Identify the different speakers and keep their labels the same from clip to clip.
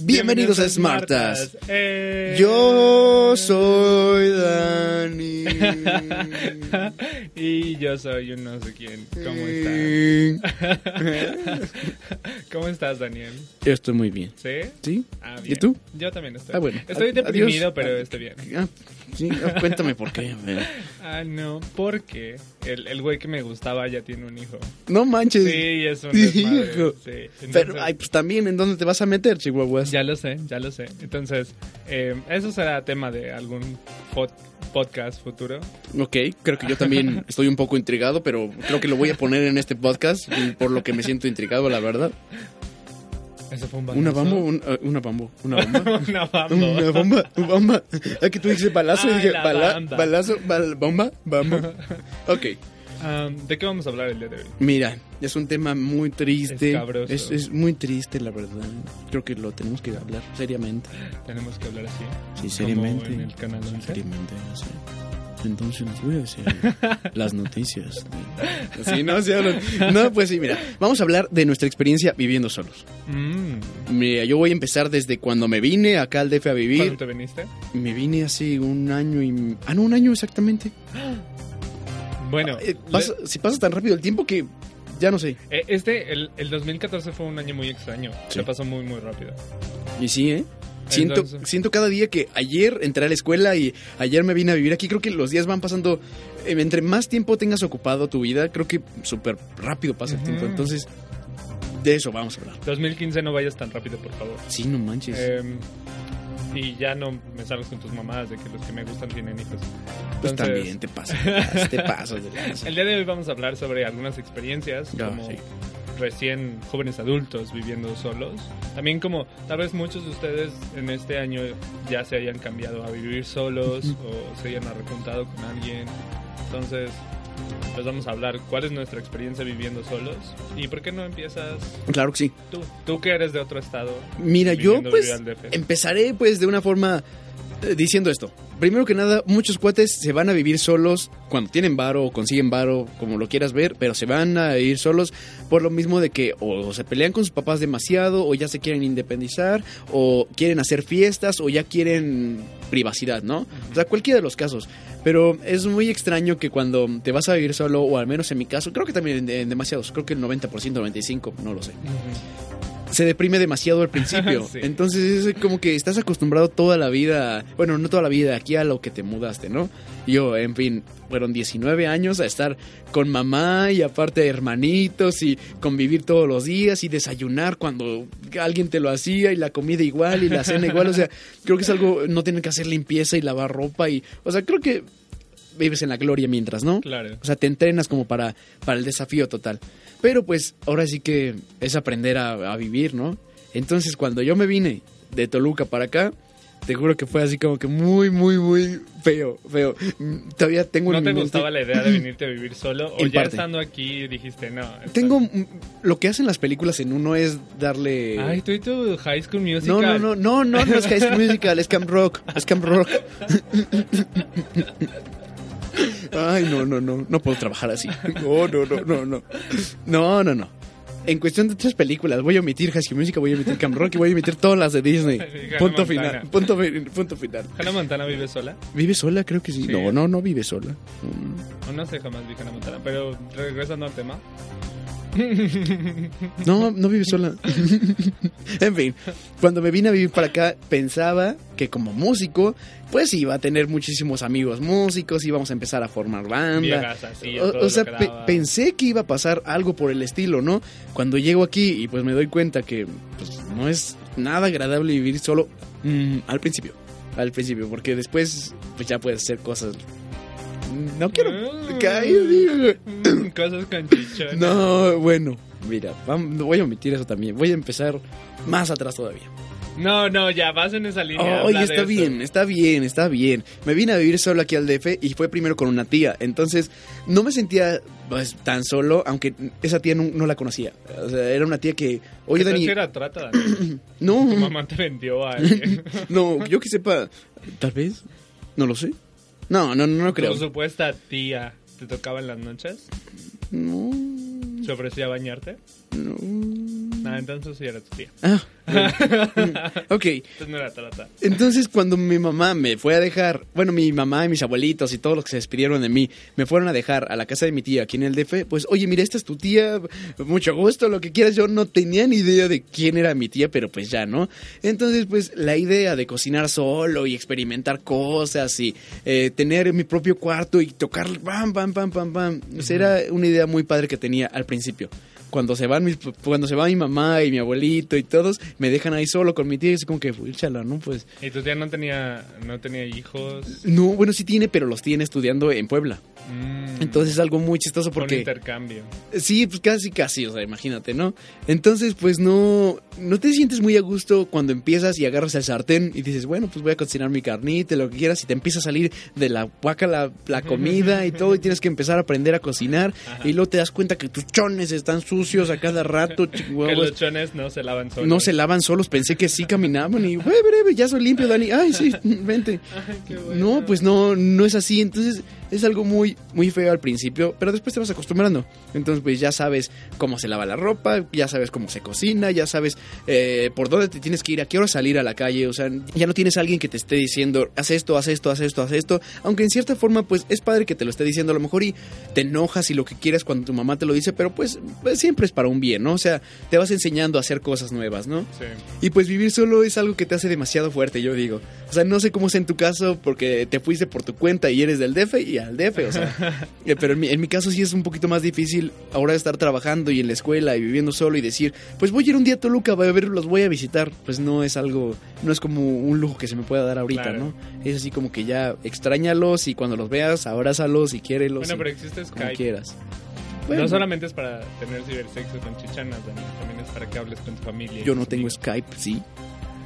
Speaker 1: Bienvenidos a Smartas.
Speaker 2: Eh,
Speaker 1: Yo soy Dani.
Speaker 2: y yo soy un no sé quién. ¿Cómo
Speaker 1: estás?
Speaker 2: ¿Cómo estás, Daniel?
Speaker 1: Yo estoy muy bien.
Speaker 2: ¿Sí?
Speaker 1: ¿Sí?
Speaker 2: Ah, bien.
Speaker 1: ¿Y tú?
Speaker 2: Yo también estoy.
Speaker 1: Ah, bueno.
Speaker 2: Estoy
Speaker 1: Ad- adiós.
Speaker 2: deprimido, pero
Speaker 1: Ah,
Speaker 2: estoy bien.
Speaker 1: ah, sí, ah, cuéntame por qué. a ver.
Speaker 2: Ah, no, porque el el güey que me gustaba ya tiene un hijo.
Speaker 1: No manches.
Speaker 2: Sí, es un
Speaker 1: Sí,
Speaker 2: desmadre,
Speaker 1: hijo.
Speaker 2: sí. Entonces-
Speaker 1: Pero, ay, pues también, ¿en dónde te vas a meter, chihuahuas?
Speaker 2: Ya lo sé, ya lo sé. Entonces, eh, eso será tema de algún pod- podcast futuro.
Speaker 1: Ok, creo que yo también estoy un poco intrigado, pero creo que lo voy a poner en este podcast, y por lo que me siento intrigado, la verdad.
Speaker 2: Eso fue un
Speaker 1: ¿Una
Speaker 2: balazo.
Speaker 1: bambo? un- eh, una bambo. ¿Una bomba?
Speaker 2: Una bamba.
Speaker 1: Una bomba, una bomba. Es que tú dices balazo y
Speaker 2: Ay,
Speaker 1: dije
Speaker 2: la
Speaker 1: bala-
Speaker 2: bamba.
Speaker 1: balazo, bal- bomba, bomba. Ok,
Speaker 2: Um, ¿De qué vamos a hablar el día de hoy?
Speaker 1: mira, es un tema muy triste.
Speaker 2: Escabroso.
Speaker 1: Es, es muy triste, la verdad. Creo que lo tenemos que hablar seriamente.
Speaker 2: Tenemos que hablar así.
Speaker 1: Sí,
Speaker 2: Como en
Speaker 1: seriamente.
Speaker 2: el canal 11.
Speaker 1: Seriamente, sí. Entonces les voy a decir las noticias. de- Sí, no, sí, no. no, pues sí, mira, vamos a hablar de nuestra experiencia viviendo solos.
Speaker 2: Mm.
Speaker 1: Mira, yo voy a empezar desde cuando me vine acá al DF a vivir.
Speaker 2: ¿Cuándo te viniste?
Speaker 1: Me vine hace un año y... Ah, no, un año exactamente.
Speaker 2: Bueno,
Speaker 1: Eh, pasa- Se pasa tan rápido el tiempo que ya no sé.
Speaker 2: le- eh, este, el, el 2014 fue un año muy extraño.
Speaker 1: Sí.
Speaker 2: Se pasó muy, muy rápido.
Speaker 1: Y sí, ¿eh? Siento,
Speaker 2: Entonces-
Speaker 1: siento cada día que ayer entré a la escuela y ayer me vine a vivir aquí. Creo que los días van pasando. eh, entre más tiempo tengas ocupado tu vida, creo que súper rápido pasa el
Speaker 2: Ujú.
Speaker 1: tiempo. Entonces, de eso vamos a hablar.
Speaker 2: 2015 no vayas tan rápido, por favor.
Speaker 1: Sí, no manches.
Speaker 2: Em, y ya no me salgas con tus mamás de que los que me gustan tienen hijos.
Speaker 1: pues
Speaker 2: entonces-
Speaker 1: también te pasa. te pasas, Te pasas de lanza.
Speaker 2: El día de hoy vamos a hablar sobre algunas experiencias
Speaker 1: Ya,
Speaker 2: como
Speaker 1: Ah, sí.
Speaker 2: recién jóvenes adultos viviendo solos. También como tal vez muchos de ustedes en este año ya se hayan cambiado a vivir solos o se hayan arrecontado con alguien. Entonces, pues vamos a hablar cuál es nuestra experiencia viviendo solos y por qué no empiezas
Speaker 1: Claro que sí.
Speaker 2: tú, tú que eres de otro estado.
Speaker 1: Mira, yo
Speaker 2: viniendo a
Speaker 1: pues
Speaker 2: vivir al DF.
Speaker 1: empezaré pues de una forma eh, diciendo esto. Primero que nada, muchos cuates se van a vivir solos cuando tienen varo o consiguen varo, como lo quieras ver, pero se van a ir solos por lo mismo de que o se pelean con sus papás demasiado o ya se quieren independizar o quieren hacer fiestas o ya quieren privacidad, ¿no? O sea, cualquiera de los casos. Pero es muy extraño que cuando te vas a vivir solo, o al menos en mi caso, creo que también en, en demasiados, creo que el 90%, 95%, no lo sé
Speaker 2: Ujú.
Speaker 1: se deprime demasiado al principio.
Speaker 2: Sí.
Speaker 1: Entonces es como que estás acostumbrado toda la vida, bueno, no toda la vida, aquí a lo que te mudaste, ¿no? Yo, en fin, fueron 19 años a estar con mamá y aparte hermanitos y convivir todos los días y desayunar cuando alguien te lo hacía y la comida igual y la cena igual. O sea, creo que es algo, no tener que hacer limpieza y lavar ropa y, o sea, creo que vives en la gloria mientras, ¿no?
Speaker 2: Claro.
Speaker 1: O sea, te entrenas como para, para el desafío total. Pero pues ahora sí que es aprender a, a vivir, ¿no? Entonces cuando yo me vine de Toluca para acá, te juro que fue así como que muy, muy, muy feo, feo. Mm, Todavía tengo
Speaker 2: ¿No
Speaker 1: en
Speaker 2: te
Speaker 1: mi mente-
Speaker 2: gustaba la idea de venirte a vivir solo? ¿O
Speaker 1: En
Speaker 2: ya
Speaker 1: parte.
Speaker 2: estando aquí dijiste no? está-
Speaker 1: Tengo... mm, Lo que hacen las películas en uno es darle...
Speaker 2: Ay, tú y tu High School
Speaker 1: no,
Speaker 2: Musical.
Speaker 1: no, no, no, no, no es High School Musical, es Camp Rock, es Camp Rock. Ay, no, no, no, no puedo trabajar así. No, no, no, no, no. No, no, no. En cuestión de tres películas, voy a omitir High School Musical, voy a omitir Camp Rock y voy a omitir todas las de Disney.
Speaker 2: Hannah
Speaker 1: Punto
Speaker 2: Montana.
Speaker 1: final, punto, fi- punto final.
Speaker 2: ¿Hannah Montana vive sola?
Speaker 1: ¿Vive sola? Creo que sí.
Speaker 2: Sí.
Speaker 1: No, no, no vive sola. Mm. No, no.
Speaker 2: O no sé, jamás vi Hannah Montana. Pero regresando al tema,
Speaker 1: No, no vive sola. en fin, cuando me vine a vivir para acá, pensaba que como músico, pues iba a tener muchísimos amigos músicos, íbamos a empezar a formar banda.
Speaker 2: Viejas así,
Speaker 1: O,
Speaker 2: todo
Speaker 1: o sea,
Speaker 2: lo que
Speaker 1: pe-
Speaker 2: daba.
Speaker 1: pensé que iba a pasar algo por el estilo, ¿no? Cuando llego aquí y pues me doy cuenta que pues, no es nada agradable vivir solo mm, al principio. Al principio, porque después pues ya puedes hacer cosas. No quiero.
Speaker 2: Mm.
Speaker 1: Cállate.
Speaker 2: Mm, Cosas con chichona.
Speaker 1: No, bueno, mira, vam- voy a omitir eso también. Voy a empezar más atrás todavía. Oh,
Speaker 2: No, no, ya vas en esa línea.
Speaker 1: Oye,
Speaker 2: habla de
Speaker 1: está
Speaker 2: eso.
Speaker 1: bien, está bien, está bien. Me vine a vivir solo aquí al DF y fue primero con una tía. Entonces, no me sentía pues, tan solo, aunque esa tía no, no la conocía. O sea, era una tía que. Oye,
Speaker 2: ¿Qué tal
Speaker 1: Dani.
Speaker 2: si era trata, Dani?
Speaker 1: No,
Speaker 2: Tu mamá te vendió a alguien.
Speaker 1: no, yo que sepa. Tal vez. No lo sé. No, no, no, no creo.
Speaker 2: Tu supuesta tía te tocaba en las noches,
Speaker 1: No.
Speaker 2: se ofrecía a bañarte.
Speaker 1: no.
Speaker 2: Ah, entonces sí era tu tía.
Speaker 1: Ah, bueno. ok.
Speaker 2: Entonces no era trata.
Speaker 1: Entonces, cuando mi mamá me fue a dejar, bueno, mi mamá y mis abuelitos y todos los que se despidieron de mí, me fueron a dejar a la casa de mi tía aquí en el DF, pues, oye, mira, esta es tu tía, mucho gusto, lo que quieras. Yo no tenía ni idea de quién era mi tía, pero pues ya, ¿no? Entonces, pues, la idea de cocinar solo y experimentar cosas y eh, tener mi propio cuarto y tocar, pam, pam, pam, pam, pam, pues, era una idea muy padre que tenía al principio cuando se van mis, cuando se va mi mamá y mi abuelito y todos, me dejan ahí solo con mi tía y es como que, chala, ¿no? Pues,
Speaker 2: Y tu tía no tenía, no tenía hijos.
Speaker 1: no, bueno, sí tiene, pero los tiene estudiando en Puebla.
Speaker 2: Mm,
Speaker 1: Entonces es algo muy chistoso
Speaker 2: fue un
Speaker 1: porque...
Speaker 2: intercambio.
Speaker 1: Sí, pues casi, casi, o sea, imagínate, ¿no? Entonces, pues no, no te sientes muy a gusto cuando empiezas y agarras el sartén y dices, bueno, pues voy a cocinar mi carnita, lo que quieras, y te empieza a salir de la huaca la, la comida y todo, y tienes que empezar a aprender a cocinar, y luego te das cuenta que tus chones están sucios a cada rato,
Speaker 2: que
Speaker 1: chihuahuas.
Speaker 2: los chones no se lavan solos.
Speaker 1: No se lavan solos, pensé que sí caminaban y, güey, breve, ya soy limpio, Dani. Ay, sí, vente.
Speaker 2: Ay, qué bueno.
Speaker 1: No, pues no, no es así. Entonces es algo muy, muy feo al principio, pero después te vas acostumbrando. Entonces, pues ya sabes cómo se lava la ropa, ya sabes cómo se cocina, ya sabes eh, por dónde te tienes que ir, a qué hora salir a la calle. O sea, ya no tienes a alguien que te esté diciendo, haz esto, haz esto, haz esto, haz esto. Aunque en cierta forma, pues es padre que te lo esté diciendo a lo mejor y te enojas y lo que quieras cuando tu mamá te lo dice, pero pues, pues siempre es para un bien, ¿no? O sea, te vas enseñando a hacer cosas nuevas, ¿no?
Speaker 2: Sí.
Speaker 1: Y pues vivir solo es algo que te hace demasiado fuerte, yo digo. O sea, no sé cómo sea en tu caso porque te fuiste por tu cuenta y eres del DF y al DF, o sea. Eh, Pero en mi, en mi caso sí es un poquito más difícil ahora estar trabajando y en la escuela y viviendo solo y decir, pues voy a ir un día a Toluca, voy a ver, los voy a visitar. Pues no es algo, no es como un lujo que se me pueda dar ahorita,
Speaker 2: Claro.
Speaker 1: ¿no? Es así como que ya extrañalos y cuando los veas, abrázalos y quiérelos
Speaker 2: Bueno,
Speaker 1: y
Speaker 2: pero existe
Speaker 1: como
Speaker 2: Skype.
Speaker 1: quieras.
Speaker 2: No
Speaker 1: Bueno,
Speaker 2: solamente es para tener cibersexo con chichanas, Dani, también es para que hables con tu familia. y
Speaker 1: yo
Speaker 2: tus
Speaker 1: no tengo
Speaker 2: amigos.
Speaker 1: Skype, sí.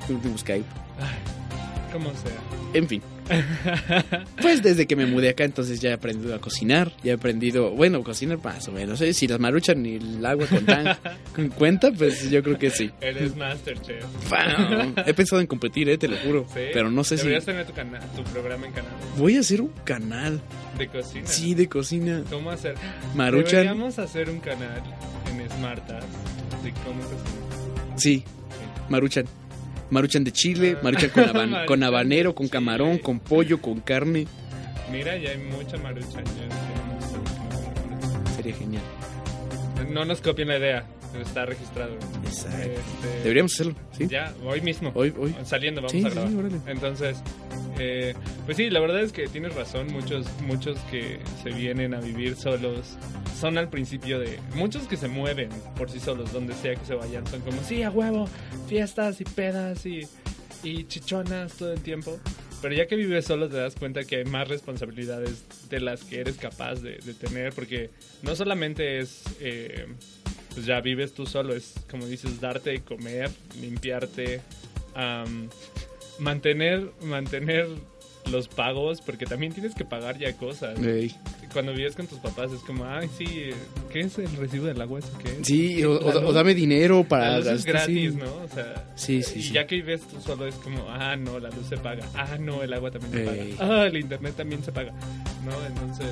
Speaker 1: Yo no tengo Skype.
Speaker 2: Ay, Como sea.
Speaker 1: En fin. Pues desde que me mudé acá, entonces ya he aprendido a cocinar. Ya he aprendido, bueno, cocinar más o menos. ¿eh? Si las maruchan y el agua con tan con cuenta, pues yo creo que sí.
Speaker 2: Eres Masterchef.
Speaker 1: Pam. He pensado en competir, eh, te lo juro.
Speaker 2: Sí.
Speaker 1: Pero no sé si.
Speaker 2: Deberías tener tu, canal, tu programa en canal
Speaker 1: Voy a hacer un canal,
Speaker 2: de cocina.
Speaker 1: sí, de cocina.
Speaker 2: ¿Cómo hacer?
Speaker 1: Maruchan,
Speaker 2: Deberíamos hacer un canal en Smartas de cómo cocinar.
Speaker 1: sí. Maruchan. Maruchan de chile,
Speaker 2: Ah.
Speaker 1: maruchan con, haban-
Speaker 2: Maruchan
Speaker 1: con
Speaker 2: de
Speaker 1: habanero, con
Speaker 2: chile.
Speaker 1: camarón, con pollo, con carne.
Speaker 2: Mira, ya hay mucha Maruchan. ya no sé cómo se llama.
Speaker 1: Sería genial.
Speaker 2: No nos copien la idea, pero está registrado.
Speaker 1: Exacto.
Speaker 2: Este,
Speaker 1: Deberíamos hacerlo, ¿sí?
Speaker 2: Ya, hoy mismo.
Speaker 1: Hoy, hoy.
Speaker 2: Saliendo vamos
Speaker 1: Sí,
Speaker 2: a
Speaker 1: sí,
Speaker 2: grabar.
Speaker 1: sí, órale.
Speaker 2: Entonces, eh, pues sí, la verdad es que tienes razón. Muchos, muchos que se vienen a vivir solos son al principio de. Muchos que se mueven por sí solos, donde sea que se vayan, son como, sí, a huevo, fiestas y pedas y, y chichonas todo el tiempo. Pero ya que vives solo te das cuenta que hay más responsabilidades de las que eres capaz de, de tener, porque no solamente es, eh, pues ya vives tú solo, es como dices, darte de comer, limpiarte, am, mantener, mantener los pagos, porque también tienes que pagar ya cosas.
Speaker 1: Ey.
Speaker 2: Cuando vives con tus papás es como, ay, sí, eh, ¿qué es el recibo del agua? ¿Eso qué es?
Speaker 1: Sí, o, o-
Speaker 2: La luz-
Speaker 1: o dame dinero
Speaker 2: la
Speaker 1: para
Speaker 2: luz es
Speaker 1: gastar, Ah, sí.
Speaker 2: gratis, ¿no? O sea,
Speaker 1: Sí, sí,
Speaker 2: y
Speaker 1: sí.
Speaker 2: ya que vives tú solo es como, ah, no, la luz se paga. Ah, no, el agua también se
Speaker 1: Ey.
Speaker 2: paga. Ah, el internet también se paga. ¿No? Entonces,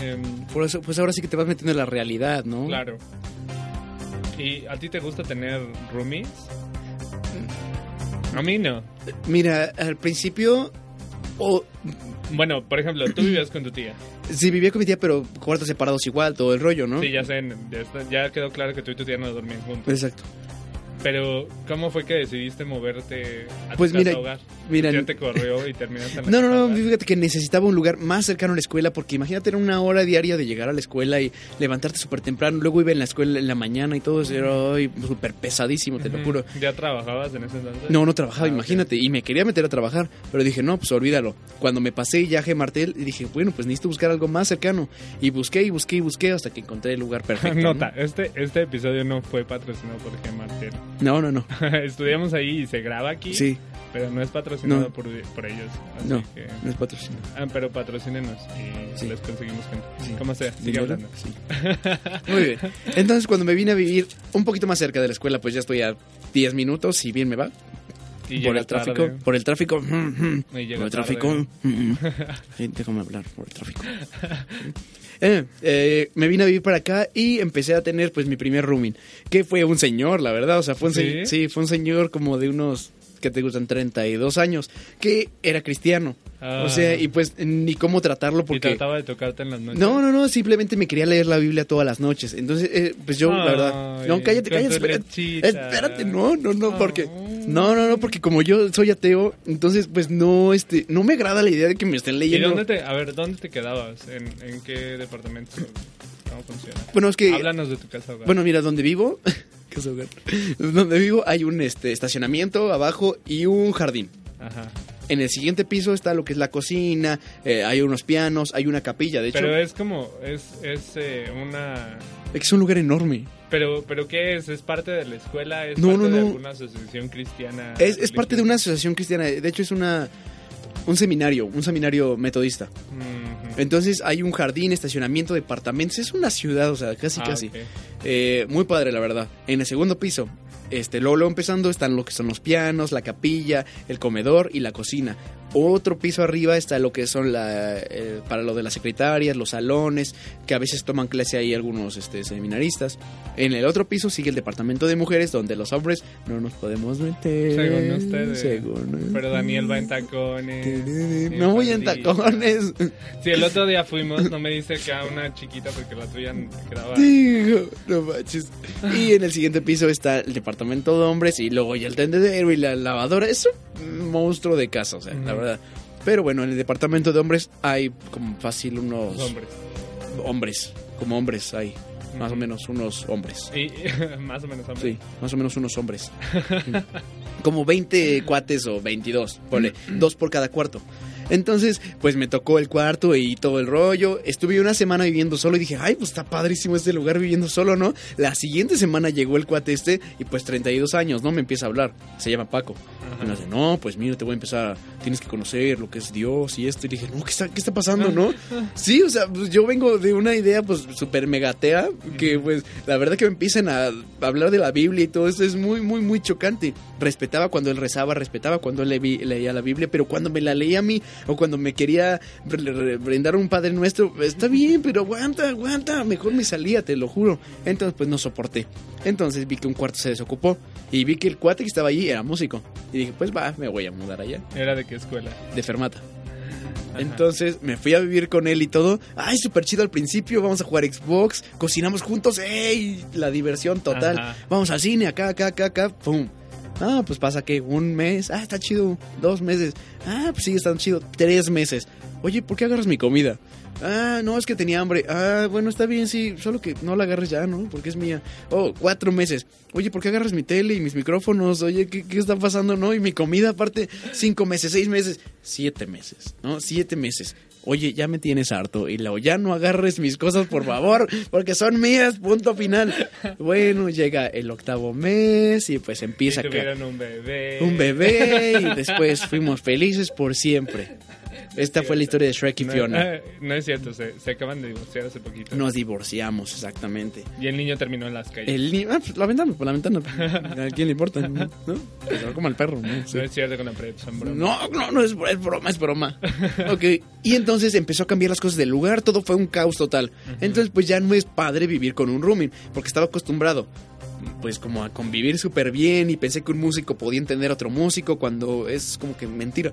Speaker 2: em,
Speaker 1: Por eso, pues ahora sí que te vas metiendo en la realidad, ¿no?
Speaker 2: claro. ¿Y a ti te gusta tener roomies? A mí no.
Speaker 1: Mira, al principio O
Speaker 2: Bueno, por ejemplo, tú vivías con tu tía.
Speaker 1: si vivía con mi tía, pero cuartos separados igual, todo el rollo, ¿no?
Speaker 2: Sí, ya sé, en- ya, está- ya quedó claro que tú y tu tía no dormían juntos.
Speaker 1: Exacto.
Speaker 2: Pero, ¿cómo fue que decidiste moverte a
Speaker 1: Pues
Speaker 2: tu
Speaker 1: mira,
Speaker 2: casa hogar?
Speaker 1: mira-
Speaker 2: Tu tía te corrió y terminaste en la
Speaker 1: No,
Speaker 2: casa
Speaker 1: no, no,
Speaker 2: hogar.
Speaker 1: fíjate que necesitaba un lugar más cercano a la escuela porque imagínate era una hora diaria de llegar a la escuela y levantarte súper temprano, luego iba en la escuela en la mañana y todo eso, era ay, súper pesadísimo, te lo
Speaker 2: Ujú.
Speaker 1: juro.
Speaker 2: ¿Ya trabajabas en ese entonces?
Speaker 1: No, no trabajaba,
Speaker 2: Ah, ok.
Speaker 1: imagínate, y me quería meter a trabajar, pero dije, no, pues olvídalo. Cuando me pasé ya a Martel, y dije, bueno, pues necesito buscar algo más cercano. Y busqué y busqué y busqué hasta que encontré el lugar perfecto. ¿no?
Speaker 2: Nota, este, este episodio no fue patrocinado por G. Martel.
Speaker 1: No, no, no.
Speaker 2: Estudiamos ahí y se graba aquí,
Speaker 1: Sí,
Speaker 2: pero no es patrocinado
Speaker 1: No.
Speaker 2: por, por ellos. Así
Speaker 1: No.
Speaker 2: que,
Speaker 1: no es patrocinio.
Speaker 2: ah, pero patrocínenos y
Speaker 1: Sí.
Speaker 2: les conseguimos gente.
Speaker 1: Sí.
Speaker 2: Como sea, sigue
Speaker 1: ¿Dinero?
Speaker 2: hablando.
Speaker 1: Sí. Muy bien. Entonces, cuando me vine a vivir un poquito más cerca de la escuela, pues ya estoy a 10 minutos, si bien me va.
Speaker 2: Y
Speaker 1: por
Speaker 2: llega
Speaker 1: el tráfico.
Speaker 2: tarde.
Speaker 1: Por el tráfico. mm, mm.
Speaker 2: Y llega
Speaker 1: por el
Speaker 2: tarde.
Speaker 1: tráfico. mm, mm. Sí, Déjame hablar por el tráfico. Eh, eh, me vine a vivir para acá y empecé a tener pues mi primer rooming, que fue un señor, la verdad, o sea, fue un, se-
Speaker 2: ¿Sí?
Speaker 1: ¿Sí? fue un señor como de unos, que te gustan, 32 años, que era cristiano,
Speaker 2: Ah.
Speaker 1: o sea, y pues ni cómo tratarlo
Speaker 2: Y
Speaker 1: porque...
Speaker 2: trataba de tocarte en las noches.
Speaker 1: No, no, no, simplemente me quería leer la Biblia todas las noches. Entonces, eh, pues yo, la
Speaker 2: Ay,
Speaker 1: verdad. No, cállate,
Speaker 2: con
Speaker 1: cállate,
Speaker 2: tu
Speaker 1: espérate.
Speaker 2: lechita. Ah.
Speaker 1: Espérate, no, no, no, porque.
Speaker 2: Ay.
Speaker 1: No, no, no, porque como yo soy ateo, entonces, pues no, este. No me agrada la idea de que me estén
Speaker 2: ¿Y
Speaker 1: leyendo.
Speaker 2: dónde te, a ver, dónde te quedabas? ¿En, en qué departamento? ¿Cómo funciona?
Speaker 1: Bueno, es que.
Speaker 2: Háblanos de tu casa hogar.
Speaker 1: Bueno, mira, donde vivo. qué sober- donde vivo hay un este, estacionamiento abajo y un jardín.
Speaker 2: Ajá.
Speaker 1: En el siguiente piso está lo que es la cocina, eh, hay unos pianos, hay una capilla. De hecho,
Speaker 2: Pero eh, es como, es, es eh, una...
Speaker 1: es que es un lugar enorme.
Speaker 2: Pero, pero ¿qué es? ¿Es parte de la escuela? ¿Es
Speaker 1: No,
Speaker 2: parte
Speaker 1: no,
Speaker 2: de
Speaker 1: no.
Speaker 2: alguna asociación cristiana?
Speaker 1: Es, es parte de una asociación cristiana, de hecho es una un seminario, un seminario metodista.
Speaker 2: Ujú.
Speaker 1: Entonces hay un jardín, estacionamiento, departamentos, es una ciudad, o sea, casi
Speaker 2: Ah,
Speaker 1: casi.
Speaker 2: ok.
Speaker 1: Eh, muy padre, la verdad. En el segundo piso, este, luego, luego empezando están lo que son los pianos, la capilla, el comedor y la cocina. Otro piso arriba está lo que son la, eh, para lo de las secretarias, los salones, que a veces toman clase ahí algunos este, seminaristas. En el otro piso sigue el departamento de mujeres, donde los hombres no nos podemos meter.
Speaker 2: Según ustedes.
Speaker 1: según
Speaker 2: Pero Daniel va en tacones.
Speaker 1: No voy en tacones.
Speaker 2: Si el otro día fuimos, no me dice que a una chiquita porque la tuya te quedaba...
Speaker 1: Digo, no manches. Y en el siguiente piso está el departamento de hombres y luego ya el tendedero y la lavadora. Es un monstruo de casa, o sea, la
Speaker 2: Ujú.
Speaker 1: verdad. Pero bueno, en el departamento de hombres hay como fácil unos
Speaker 2: Los hombres.
Speaker 1: hombres, como hombres hay, más o
Speaker 2: Ujú.
Speaker 1: menos unos hombres.
Speaker 2: Y, más o menos hombres.
Speaker 1: Sí, más o menos unos hombres. Como 20 cuates o 22, ponle,
Speaker 2: Mm.
Speaker 1: dos por cada cuarto. Entonces, pues me tocó el cuarto y todo el rollo. Estuve una semana viviendo solo y dije, ay, pues está padrísimo este lugar viviendo solo, ¿no? La siguiente semana llegó el cuate este y pues 32 años, ¿no? Me empieza a hablar. Se llama Paco.
Speaker 2: Ajá.
Speaker 1: Y me dice, no, pues mira, te voy a empezar, a- tienes que conocer lo que es Dios y esto. Y dije, no, ¿qué está, qué está pasando, no? Sí, o sea, pues, yo vengo de una idea, pues, súper megatea, que, pues, la verdad que me empiezan a hablar de la Biblia y todo eso es muy, muy, muy chocante. Respetaba cuando él rezaba, respetaba cuando él le vi- leía la Biblia, pero cuando me la leía a mí o cuando me quería br- br- brindar un Padre Nuestro, está bien, pero aguanta, aguanta, mejor me salía, te lo juro. Entonces, pues, no soporté. Entonces vi que un cuarto se desocupó y vi que el cuate que estaba allí era músico. Y dije, pues va, me voy a mudar allá,
Speaker 2: Era de qué escuela.
Speaker 1: de Fermata.
Speaker 2: Ajá.
Speaker 1: Entonces me fui a vivir con él y todo. Ay, súper chido al principio. Vamos a jugar Xbox, cocinamos juntos. ¡Ey! La diversión total.
Speaker 2: Ajá.
Speaker 1: Vamos al cine, acá, acá, acá, acá. ¡Pum! Ah, pues pasa que un mes. Ah, está chido. Dos meses. Ah, pues sí, está chido. Tres meses. Oye, ¿por qué agarras mi comida? Ah, no, es que tenía hambre. Ah, bueno, está bien, sí. Solo que no la agarres ya, ¿no? Porque es mía. Oh, cuatro meses. Oye, ¿por qué agarras mi tele y mis micrófonos? Oye, ¿qué, qué está pasando, no? Y mi comida, aparte, cinco meses, seis meses, siete meses, ¿no? Siete meses. Oye, ya me tienes harto. Y luego, ya no agarres mis cosas, por favor, porque son mías, punto final. Bueno, llega el octavo mes y pues
Speaker 2: Y
Speaker 1: empieza a ca-
Speaker 2: tuvieron un bebé.
Speaker 1: un bebé y después fuimos felices por siempre. Esta fue la historia de Shrek y
Speaker 2: No, Ah.
Speaker 1: Fiona.
Speaker 2: eh, no es cierto, se, se acaban de divorciar hace poquito.
Speaker 1: Nos divorciamos, exactamente.
Speaker 2: Y el niño terminó en las calles.
Speaker 1: El niño, ah, pues, la ventana, por la ventana. ¿A quién le importa? ¿No? Que se lo coma el perro, ¿no? Sí.
Speaker 2: No es cierto con la pre son bromas.
Speaker 1: No, no, no, es, br- es broma, es broma. Ok, y entonces empezó a cambiar las cosas del lugar, todo fue un caos total. Entonces, pues ya no es padre vivir con un rooming, porque estaba acostumbrado, pues como a convivir súper bien y pensé que un músico podía entender a otro músico cuando es como que mentira.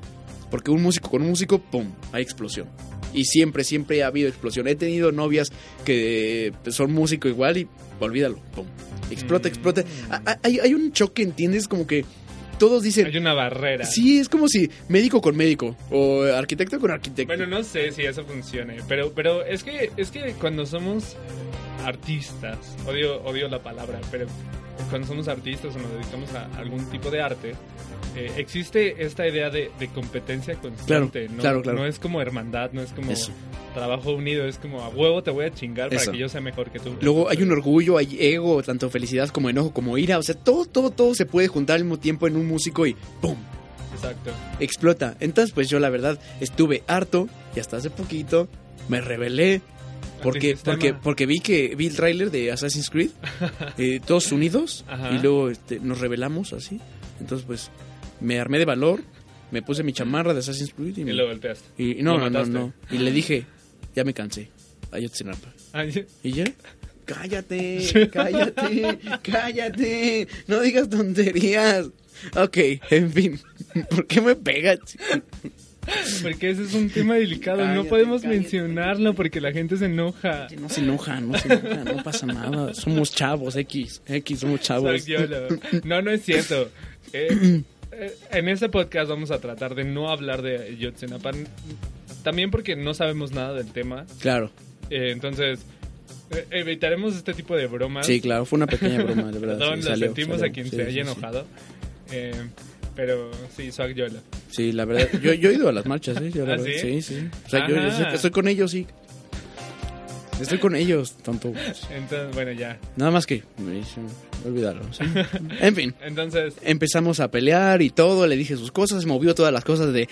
Speaker 1: Porque un músico con un músico, ¡pum!, hay explosión. Y siempre, siempre ha habido explosión. He tenido novias que pues, son músico igual y olvídalo, ¡pum! Explota, explota. Ha- Hay, hay un choque, ¿entiendes? Como que todos dicen...
Speaker 2: Hay una barrera.
Speaker 1: Sí, es como si médico con médico o arquitecto con arquitecto.
Speaker 2: Bueno, no sé si eso funcione, pero, pero es que es que cuando somos artistas, odio, odio la palabra, pero cuando somos artistas o nos dedicamos a algún tipo de arte, eh, existe esta idea de, de competencia constante,
Speaker 1: Claro,
Speaker 2: ¿no?
Speaker 1: claro, claro.
Speaker 2: No es como hermandad, no es como
Speaker 1: Eso.
Speaker 2: trabajo unido, es como a huevo te voy a chingar
Speaker 1: Eso.
Speaker 2: para que yo sea mejor que tú.
Speaker 1: Luego hay un orgullo, hay ego, tanto felicidad como enojo, como ira. O sea, todo, todo, todo se puede juntar al mismo tiempo en un músico y ¡pum!
Speaker 2: Exacto.
Speaker 1: Explota. Entonces, pues yo la verdad estuve harto y hasta hace poquito me rebelé. Porque,
Speaker 2: Antisistema.
Speaker 1: porque, porque vi que vi el tráiler de Assassin's Creed, eh, todos unidos,
Speaker 2: Ajá.
Speaker 1: y luego este, nos rebelamos así. Entonces, pues, me armé de valor, me puse mi chamarra de Assassin's Creed y, me-
Speaker 2: Y lo golpeaste.
Speaker 1: y- y no,
Speaker 2: lo
Speaker 1: no, no,
Speaker 2: mataste.
Speaker 1: no. Y le dije, ya me cansé, ayotzinapa.
Speaker 2: Ay,
Speaker 1: ¿Y ya? Cállate, cállate, cállate. No digas tonterías. Ok, en fin. ¿Por qué me pegas?
Speaker 2: porque ese es un tema delicado,
Speaker 1: Cállate,
Speaker 2: no podemos
Speaker 1: cállate.
Speaker 2: mencionarlo porque la gente se enoja.
Speaker 1: No se enoja, no se enoja, no pasa nada. Somos chavos, X, X, somos chavos.
Speaker 2: Sargiolo. No, no es cierto. Eh, eh, en este podcast vamos a tratar de no hablar de Yotzenapan. También porque no sabemos nada del tema.
Speaker 1: Claro,
Speaker 2: Eh, entonces, eh, evitaremos este tipo de bromas.
Speaker 1: sí, claro, fue una pequeña broma, de verdad.
Speaker 2: Perdón,
Speaker 1: sí,
Speaker 2: lo
Speaker 1: salió,
Speaker 2: sentimos
Speaker 1: salió,
Speaker 2: a quien
Speaker 1: sí,
Speaker 2: se
Speaker 1: sí,
Speaker 2: haya
Speaker 1: sí.
Speaker 2: enojado. Eh, pero sí, Swag Yola.
Speaker 1: Sí, la verdad, yo, yo he ido a las marchas, ¿eh? Yo, la
Speaker 2: ¿Ah,
Speaker 1: verdad, sí?
Speaker 2: sí?
Speaker 1: sí. O sea, yo, yo sé
Speaker 2: Ajá.
Speaker 1: que estoy con ellos, sí. Estoy con ellos, tanto.
Speaker 2: Entonces, bueno, ya.
Speaker 1: Nada más que, me hice olvidarlo. sí. En fin.
Speaker 2: Entonces,
Speaker 1: Empezamos a pelear y todo, le dije sus cosas, movió todas las cosas de...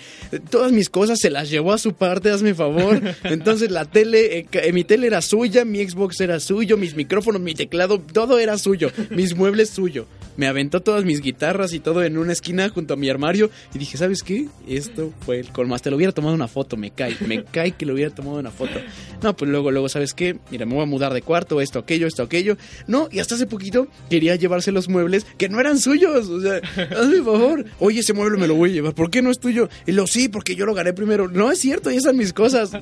Speaker 1: Todas mis cosas se las llevó a su parte, hazme favor. Entonces la tele, eh, ca- eh, mi tele era suya, mi Xbox era suyo, mis micrófonos, mi teclado, todo era suyo, mis muebles suyo. Me aventó todas mis guitarras y todo en una esquina junto a mi armario y dije, ¿sabes qué? Esto fue el colmo. Hasta le hubiera tomado una foto, me cae, me cae que le hubiera tomado una foto. No, pues luego, luego, ¿sabes qué? Mira, me voy a mudar de cuarto, esto, aquello, esto, aquello. No, y hasta hace poquito quería llevarse los muebles que no eran suyos. O sea, hazme el favor. Oye, ese mueble me lo voy a llevar. ¿Por qué no es tuyo? Y lo sí, porque yo lo gané primero. No es cierto, ya están mis cosas.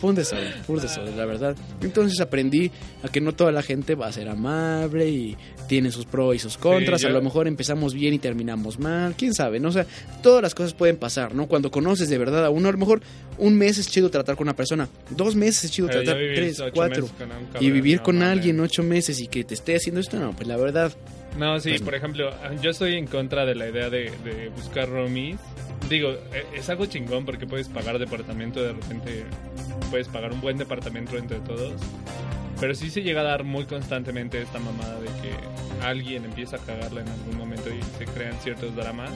Speaker 1: Fue un desorden, fue un desorden, la verdad. Entonces aprendí a que no toda la gente va a ser amable y tiene sus pros y sus contras.
Speaker 2: Sí,
Speaker 1: a
Speaker 2: yo-
Speaker 1: lo mejor empezamos bien y terminamos mal. Quién sabe, ¿no? O sea, todas las cosas pueden pasar, ¿no? Cuando conoces de verdad a uno, a lo mejor un mes es chido tratar con una persona, dos meses es chido
Speaker 2: pero eh, ya
Speaker 1: tratar,
Speaker 2: vivir
Speaker 1: tres,
Speaker 2: ocho
Speaker 1: cuatro.
Speaker 2: meses con un
Speaker 1: Y
Speaker 2: cabrón,
Speaker 1: vivir
Speaker 2: no
Speaker 1: con
Speaker 2: mames.
Speaker 1: alguien ocho meses y que te esté haciendo esto, no, pues la verdad,
Speaker 2: No, sí,
Speaker 1: Pues no.
Speaker 2: por ejemplo, yo estoy en contra de la idea de, de buscar roomies. Digo, eh, es algo chingón porque puedes pagar departamento de repente, puedes pagar un buen departamento entre todos. Pero sí se llega a dar muy constantemente esta mamada de que alguien empieza a cagarla en algún momento y se crean ciertos dramas.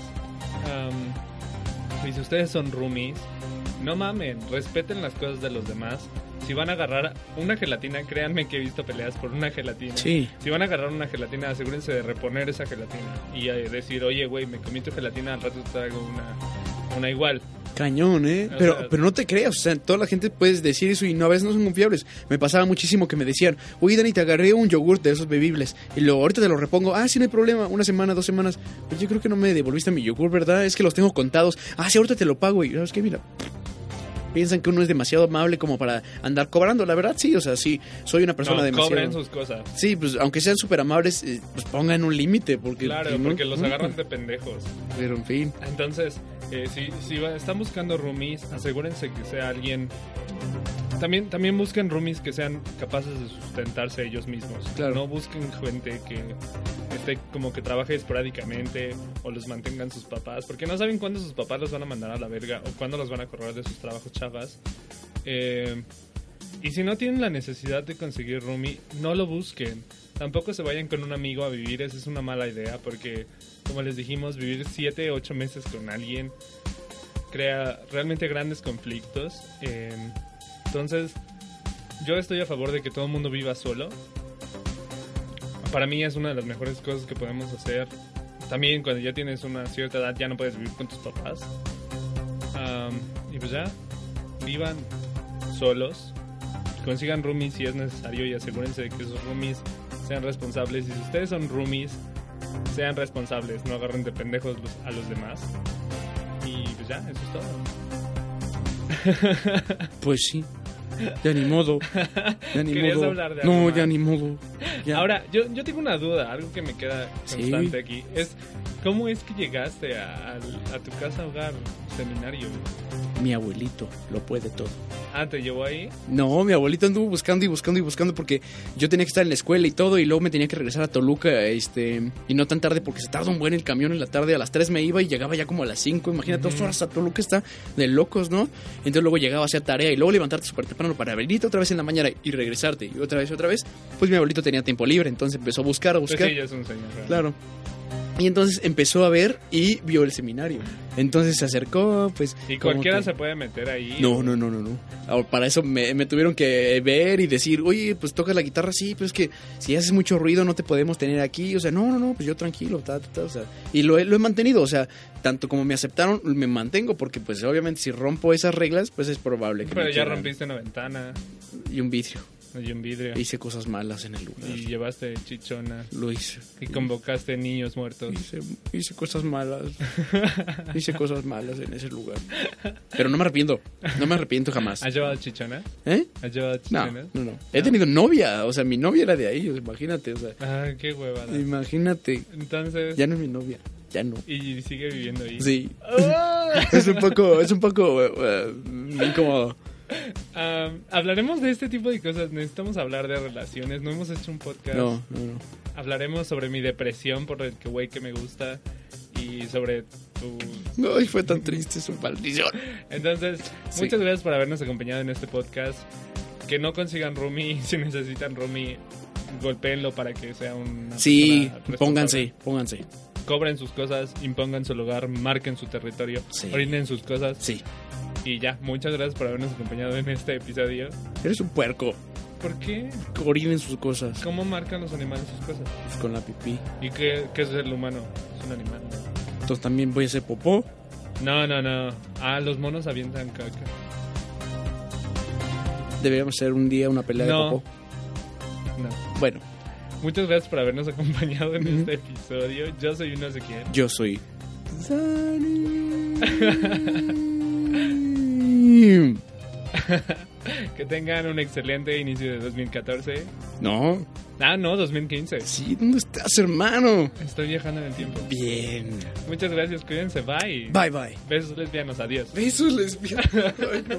Speaker 2: Am, y si ustedes son roomies, no mamen, respeten las cosas de los demás. Si van a agarrar una gelatina, créanme que he visto peleas por una gelatina.
Speaker 1: sí.
Speaker 2: Si van a agarrar una gelatina, asegúrense de reponer esa gelatina y eh, decir, oye, güey, me comí tu gelatina, al rato te traigo una, una igual.
Speaker 1: Cañón, ¿eh?
Speaker 2: O
Speaker 1: Pero,
Speaker 2: sea-
Speaker 1: pero no te creas, o sea, toda la gente puede decir eso y no, a veces no son confiables. Me pasaba muchísimo que me decían, oye Dani, te agarré un yogur de esos bebibles y luego ahorita te lo repongo, ah, sí, no hay problema, una semana, dos semanas, pero yo creo que no me devolviste mi yogur, ¿verdad? Es que los tengo contados, ah, sí, ahorita te lo pago y, ¿sabes qué? Mira, piensan que uno es demasiado amable como para andar cobrando, la verdad sí, o sea, sí, soy una persona
Speaker 2: No,
Speaker 1: demasiado...
Speaker 2: cobren sus cosas.
Speaker 1: Sí, pues aunque sean súper amables, eh, pues pongan un límite, porque...
Speaker 2: Claro,
Speaker 1: si no-
Speaker 2: porque los agarran de pendejos.
Speaker 1: Pero en fin,
Speaker 2: Entonces, eh, si, si va- están buscando roomies, asegúrense que sea alguien... También, también busquen roomies que sean capaces de sustentarse ellos mismos.
Speaker 1: Claro.
Speaker 2: No busquen gente que esté como que trabaje esporádicamente o los mantengan sus papás, porque no saben cuándo sus papás los van a mandar a la verga o cuándo los van a correr de sus trabajos chavas. Eh, y si no tienen la necesidad de conseguir roomie, no lo busquen. Tampoco se vayan con un amigo a vivir, esa es una mala idea porque, como les dijimos, vivir 7, 8 meses con alguien crea realmente grandes conflictos. Eh, entonces, yo estoy a favor de que todo el mundo viva solo. Para mí es una de las mejores cosas que podemos hacer. También cuando ya tienes una cierta edad ya no puedes vivir con tus papás. Am, y pues ya, vivan solos, consigan roomies si es necesario y asegúrense de que esos roomies sean responsables. Y si ustedes son roomies, sean responsables, no agarren de pendejos los- a los demás. Y pues ya, eso es todo.
Speaker 1: Pues sí. Ya ni modo. Ya ni
Speaker 2: Querías
Speaker 1: modo.
Speaker 2: hablar de algo
Speaker 1: no,
Speaker 2: más.
Speaker 1: ya ni modo. Ya.
Speaker 2: Ahora, yo, yo tengo una duda, algo que me queda constante aquí. Es, ¿cómo es que llegaste a, al- a tu casa hogar, seminario?
Speaker 1: Mi abuelito lo puede todo.
Speaker 2: Ah, ¿te llevó ahí?
Speaker 1: No, mi abuelito anduvo buscando y buscando y buscando porque yo tenía que estar en la escuela y todo y luego me tenía que regresar a Toluca este y no tan tarde porque se tarda un buen el camión en la tarde, a las 3 me iba y llegaba ya como a las 5, imagínate, dos
Speaker 2: Ujú.
Speaker 1: horas a Toluca está de locos, ¿no? Entonces luego llegaba a hacer tarea y luego levantarte súper temprano para venirte otra vez en la mañana y regresarte y otra vez, otra vez, pues mi abuelito tenía tiempo libre, entonces empezó a buscar, a
Speaker 2: Pues
Speaker 1: buscar.
Speaker 2: sí, ya es un señor. ¿verdad?
Speaker 1: Claro. Y entonces empezó a ver y vio el seminario. Entonces se acercó, pues...
Speaker 2: Y
Speaker 1: como
Speaker 2: cualquiera
Speaker 1: que-
Speaker 2: se puede meter ahí.
Speaker 1: No, no, no, no, no. Ahora, para eso me, me tuvieron que ver y decir, oye, pues tocas la guitarra, sí, pero es que si haces mucho ruido no te podemos tener aquí. O sea, no, no, no, pues yo tranquilo, ta, ta, ta, o sea. Y lo he, lo he mantenido, o sea, tanto como me aceptaron, me mantengo, porque pues obviamente si rompo esas reglas, pues es probable que...
Speaker 2: Pero
Speaker 1: me
Speaker 2: ya
Speaker 1: quieran.
Speaker 2: rompiste una ventana
Speaker 1: Y un vidrio.
Speaker 2: y un vidrio.
Speaker 1: Hice cosas malas en el lugar.
Speaker 2: Y llevaste chichona.
Speaker 1: Lo hice.
Speaker 2: Y convocaste niños muertos.
Speaker 1: Hice, hice cosas malas. Hice cosas malas en ese lugar. Pero no me arrepiento. No me arrepiento jamás.
Speaker 2: ¿Has llevado chichona?
Speaker 1: ¿Eh?
Speaker 2: ¿Has llevado
Speaker 1: No,
Speaker 2: chichona?
Speaker 1: no, Ah, no. He tenido novia. O sea, mi novia era de ahí. o sea, imagínate. O sea,
Speaker 2: Ah, qué huevada.
Speaker 1: imagínate.
Speaker 2: Entonces,
Speaker 1: Ya no es mi novia. Ya no.
Speaker 2: y sigue viviendo ahí.
Speaker 1: Sí.
Speaker 2: Ah.
Speaker 1: Es un poco, es un poco eh, eh, incómodo.
Speaker 2: Am, hablaremos de este tipo de cosas. Necesitamos hablar de relaciones. No hemos hecho un podcast.
Speaker 1: No, no, no.
Speaker 2: Hablaremos sobre mi depresión por el que güey que me gusta y sobre tu.
Speaker 1: Ay, fue tan triste su maldición.
Speaker 2: Entonces,
Speaker 1: Sí.
Speaker 2: muchas gracias por habernos acompañado en este podcast. Que no consigan roomie si necesitan roomie. Golpéenlo para que sea un.
Speaker 1: Sí, pónganse, pónganse.
Speaker 2: Cobren sus cosas, impongan su lugar, marquen su territorio,
Speaker 1: Sí.
Speaker 2: orinen sus cosas.
Speaker 1: Sí.
Speaker 2: Y ya, muchas gracias por habernos acompañado en este episodio.
Speaker 1: Eres un puerco.
Speaker 2: ¿Por qué?
Speaker 1: Orinen sus cosas.
Speaker 2: ¿Cómo marcan los animales sus cosas?
Speaker 1: Pues con la pipí.
Speaker 2: ¿Y qué, qué es el humano? Es un animal.
Speaker 1: Entonces también voy a hacer popó.
Speaker 2: No, no, no. Ah, los monos avientan caca.
Speaker 1: Deberíamos hacer un día una pelea
Speaker 2: No.
Speaker 1: de popó.
Speaker 2: No.
Speaker 1: Bueno,
Speaker 2: Muchas gracias por habernos acompañado en
Speaker 1: Ujú.
Speaker 2: este episodio. Yo soy un no sé quién.
Speaker 1: yo soy.
Speaker 2: Que tengan un excelente inicio de 2014.
Speaker 1: No,
Speaker 2: Ah, no, 2015.
Speaker 1: sí, ¿dónde estás, hermano?
Speaker 2: Estoy viajando en el tiempo.
Speaker 1: Bien.
Speaker 2: Muchas gracias, cuídense, bye.
Speaker 1: Bye bye.
Speaker 2: Besos lesbianos, adiós.
Speaker 1: Besos lesbianos. Ay, no.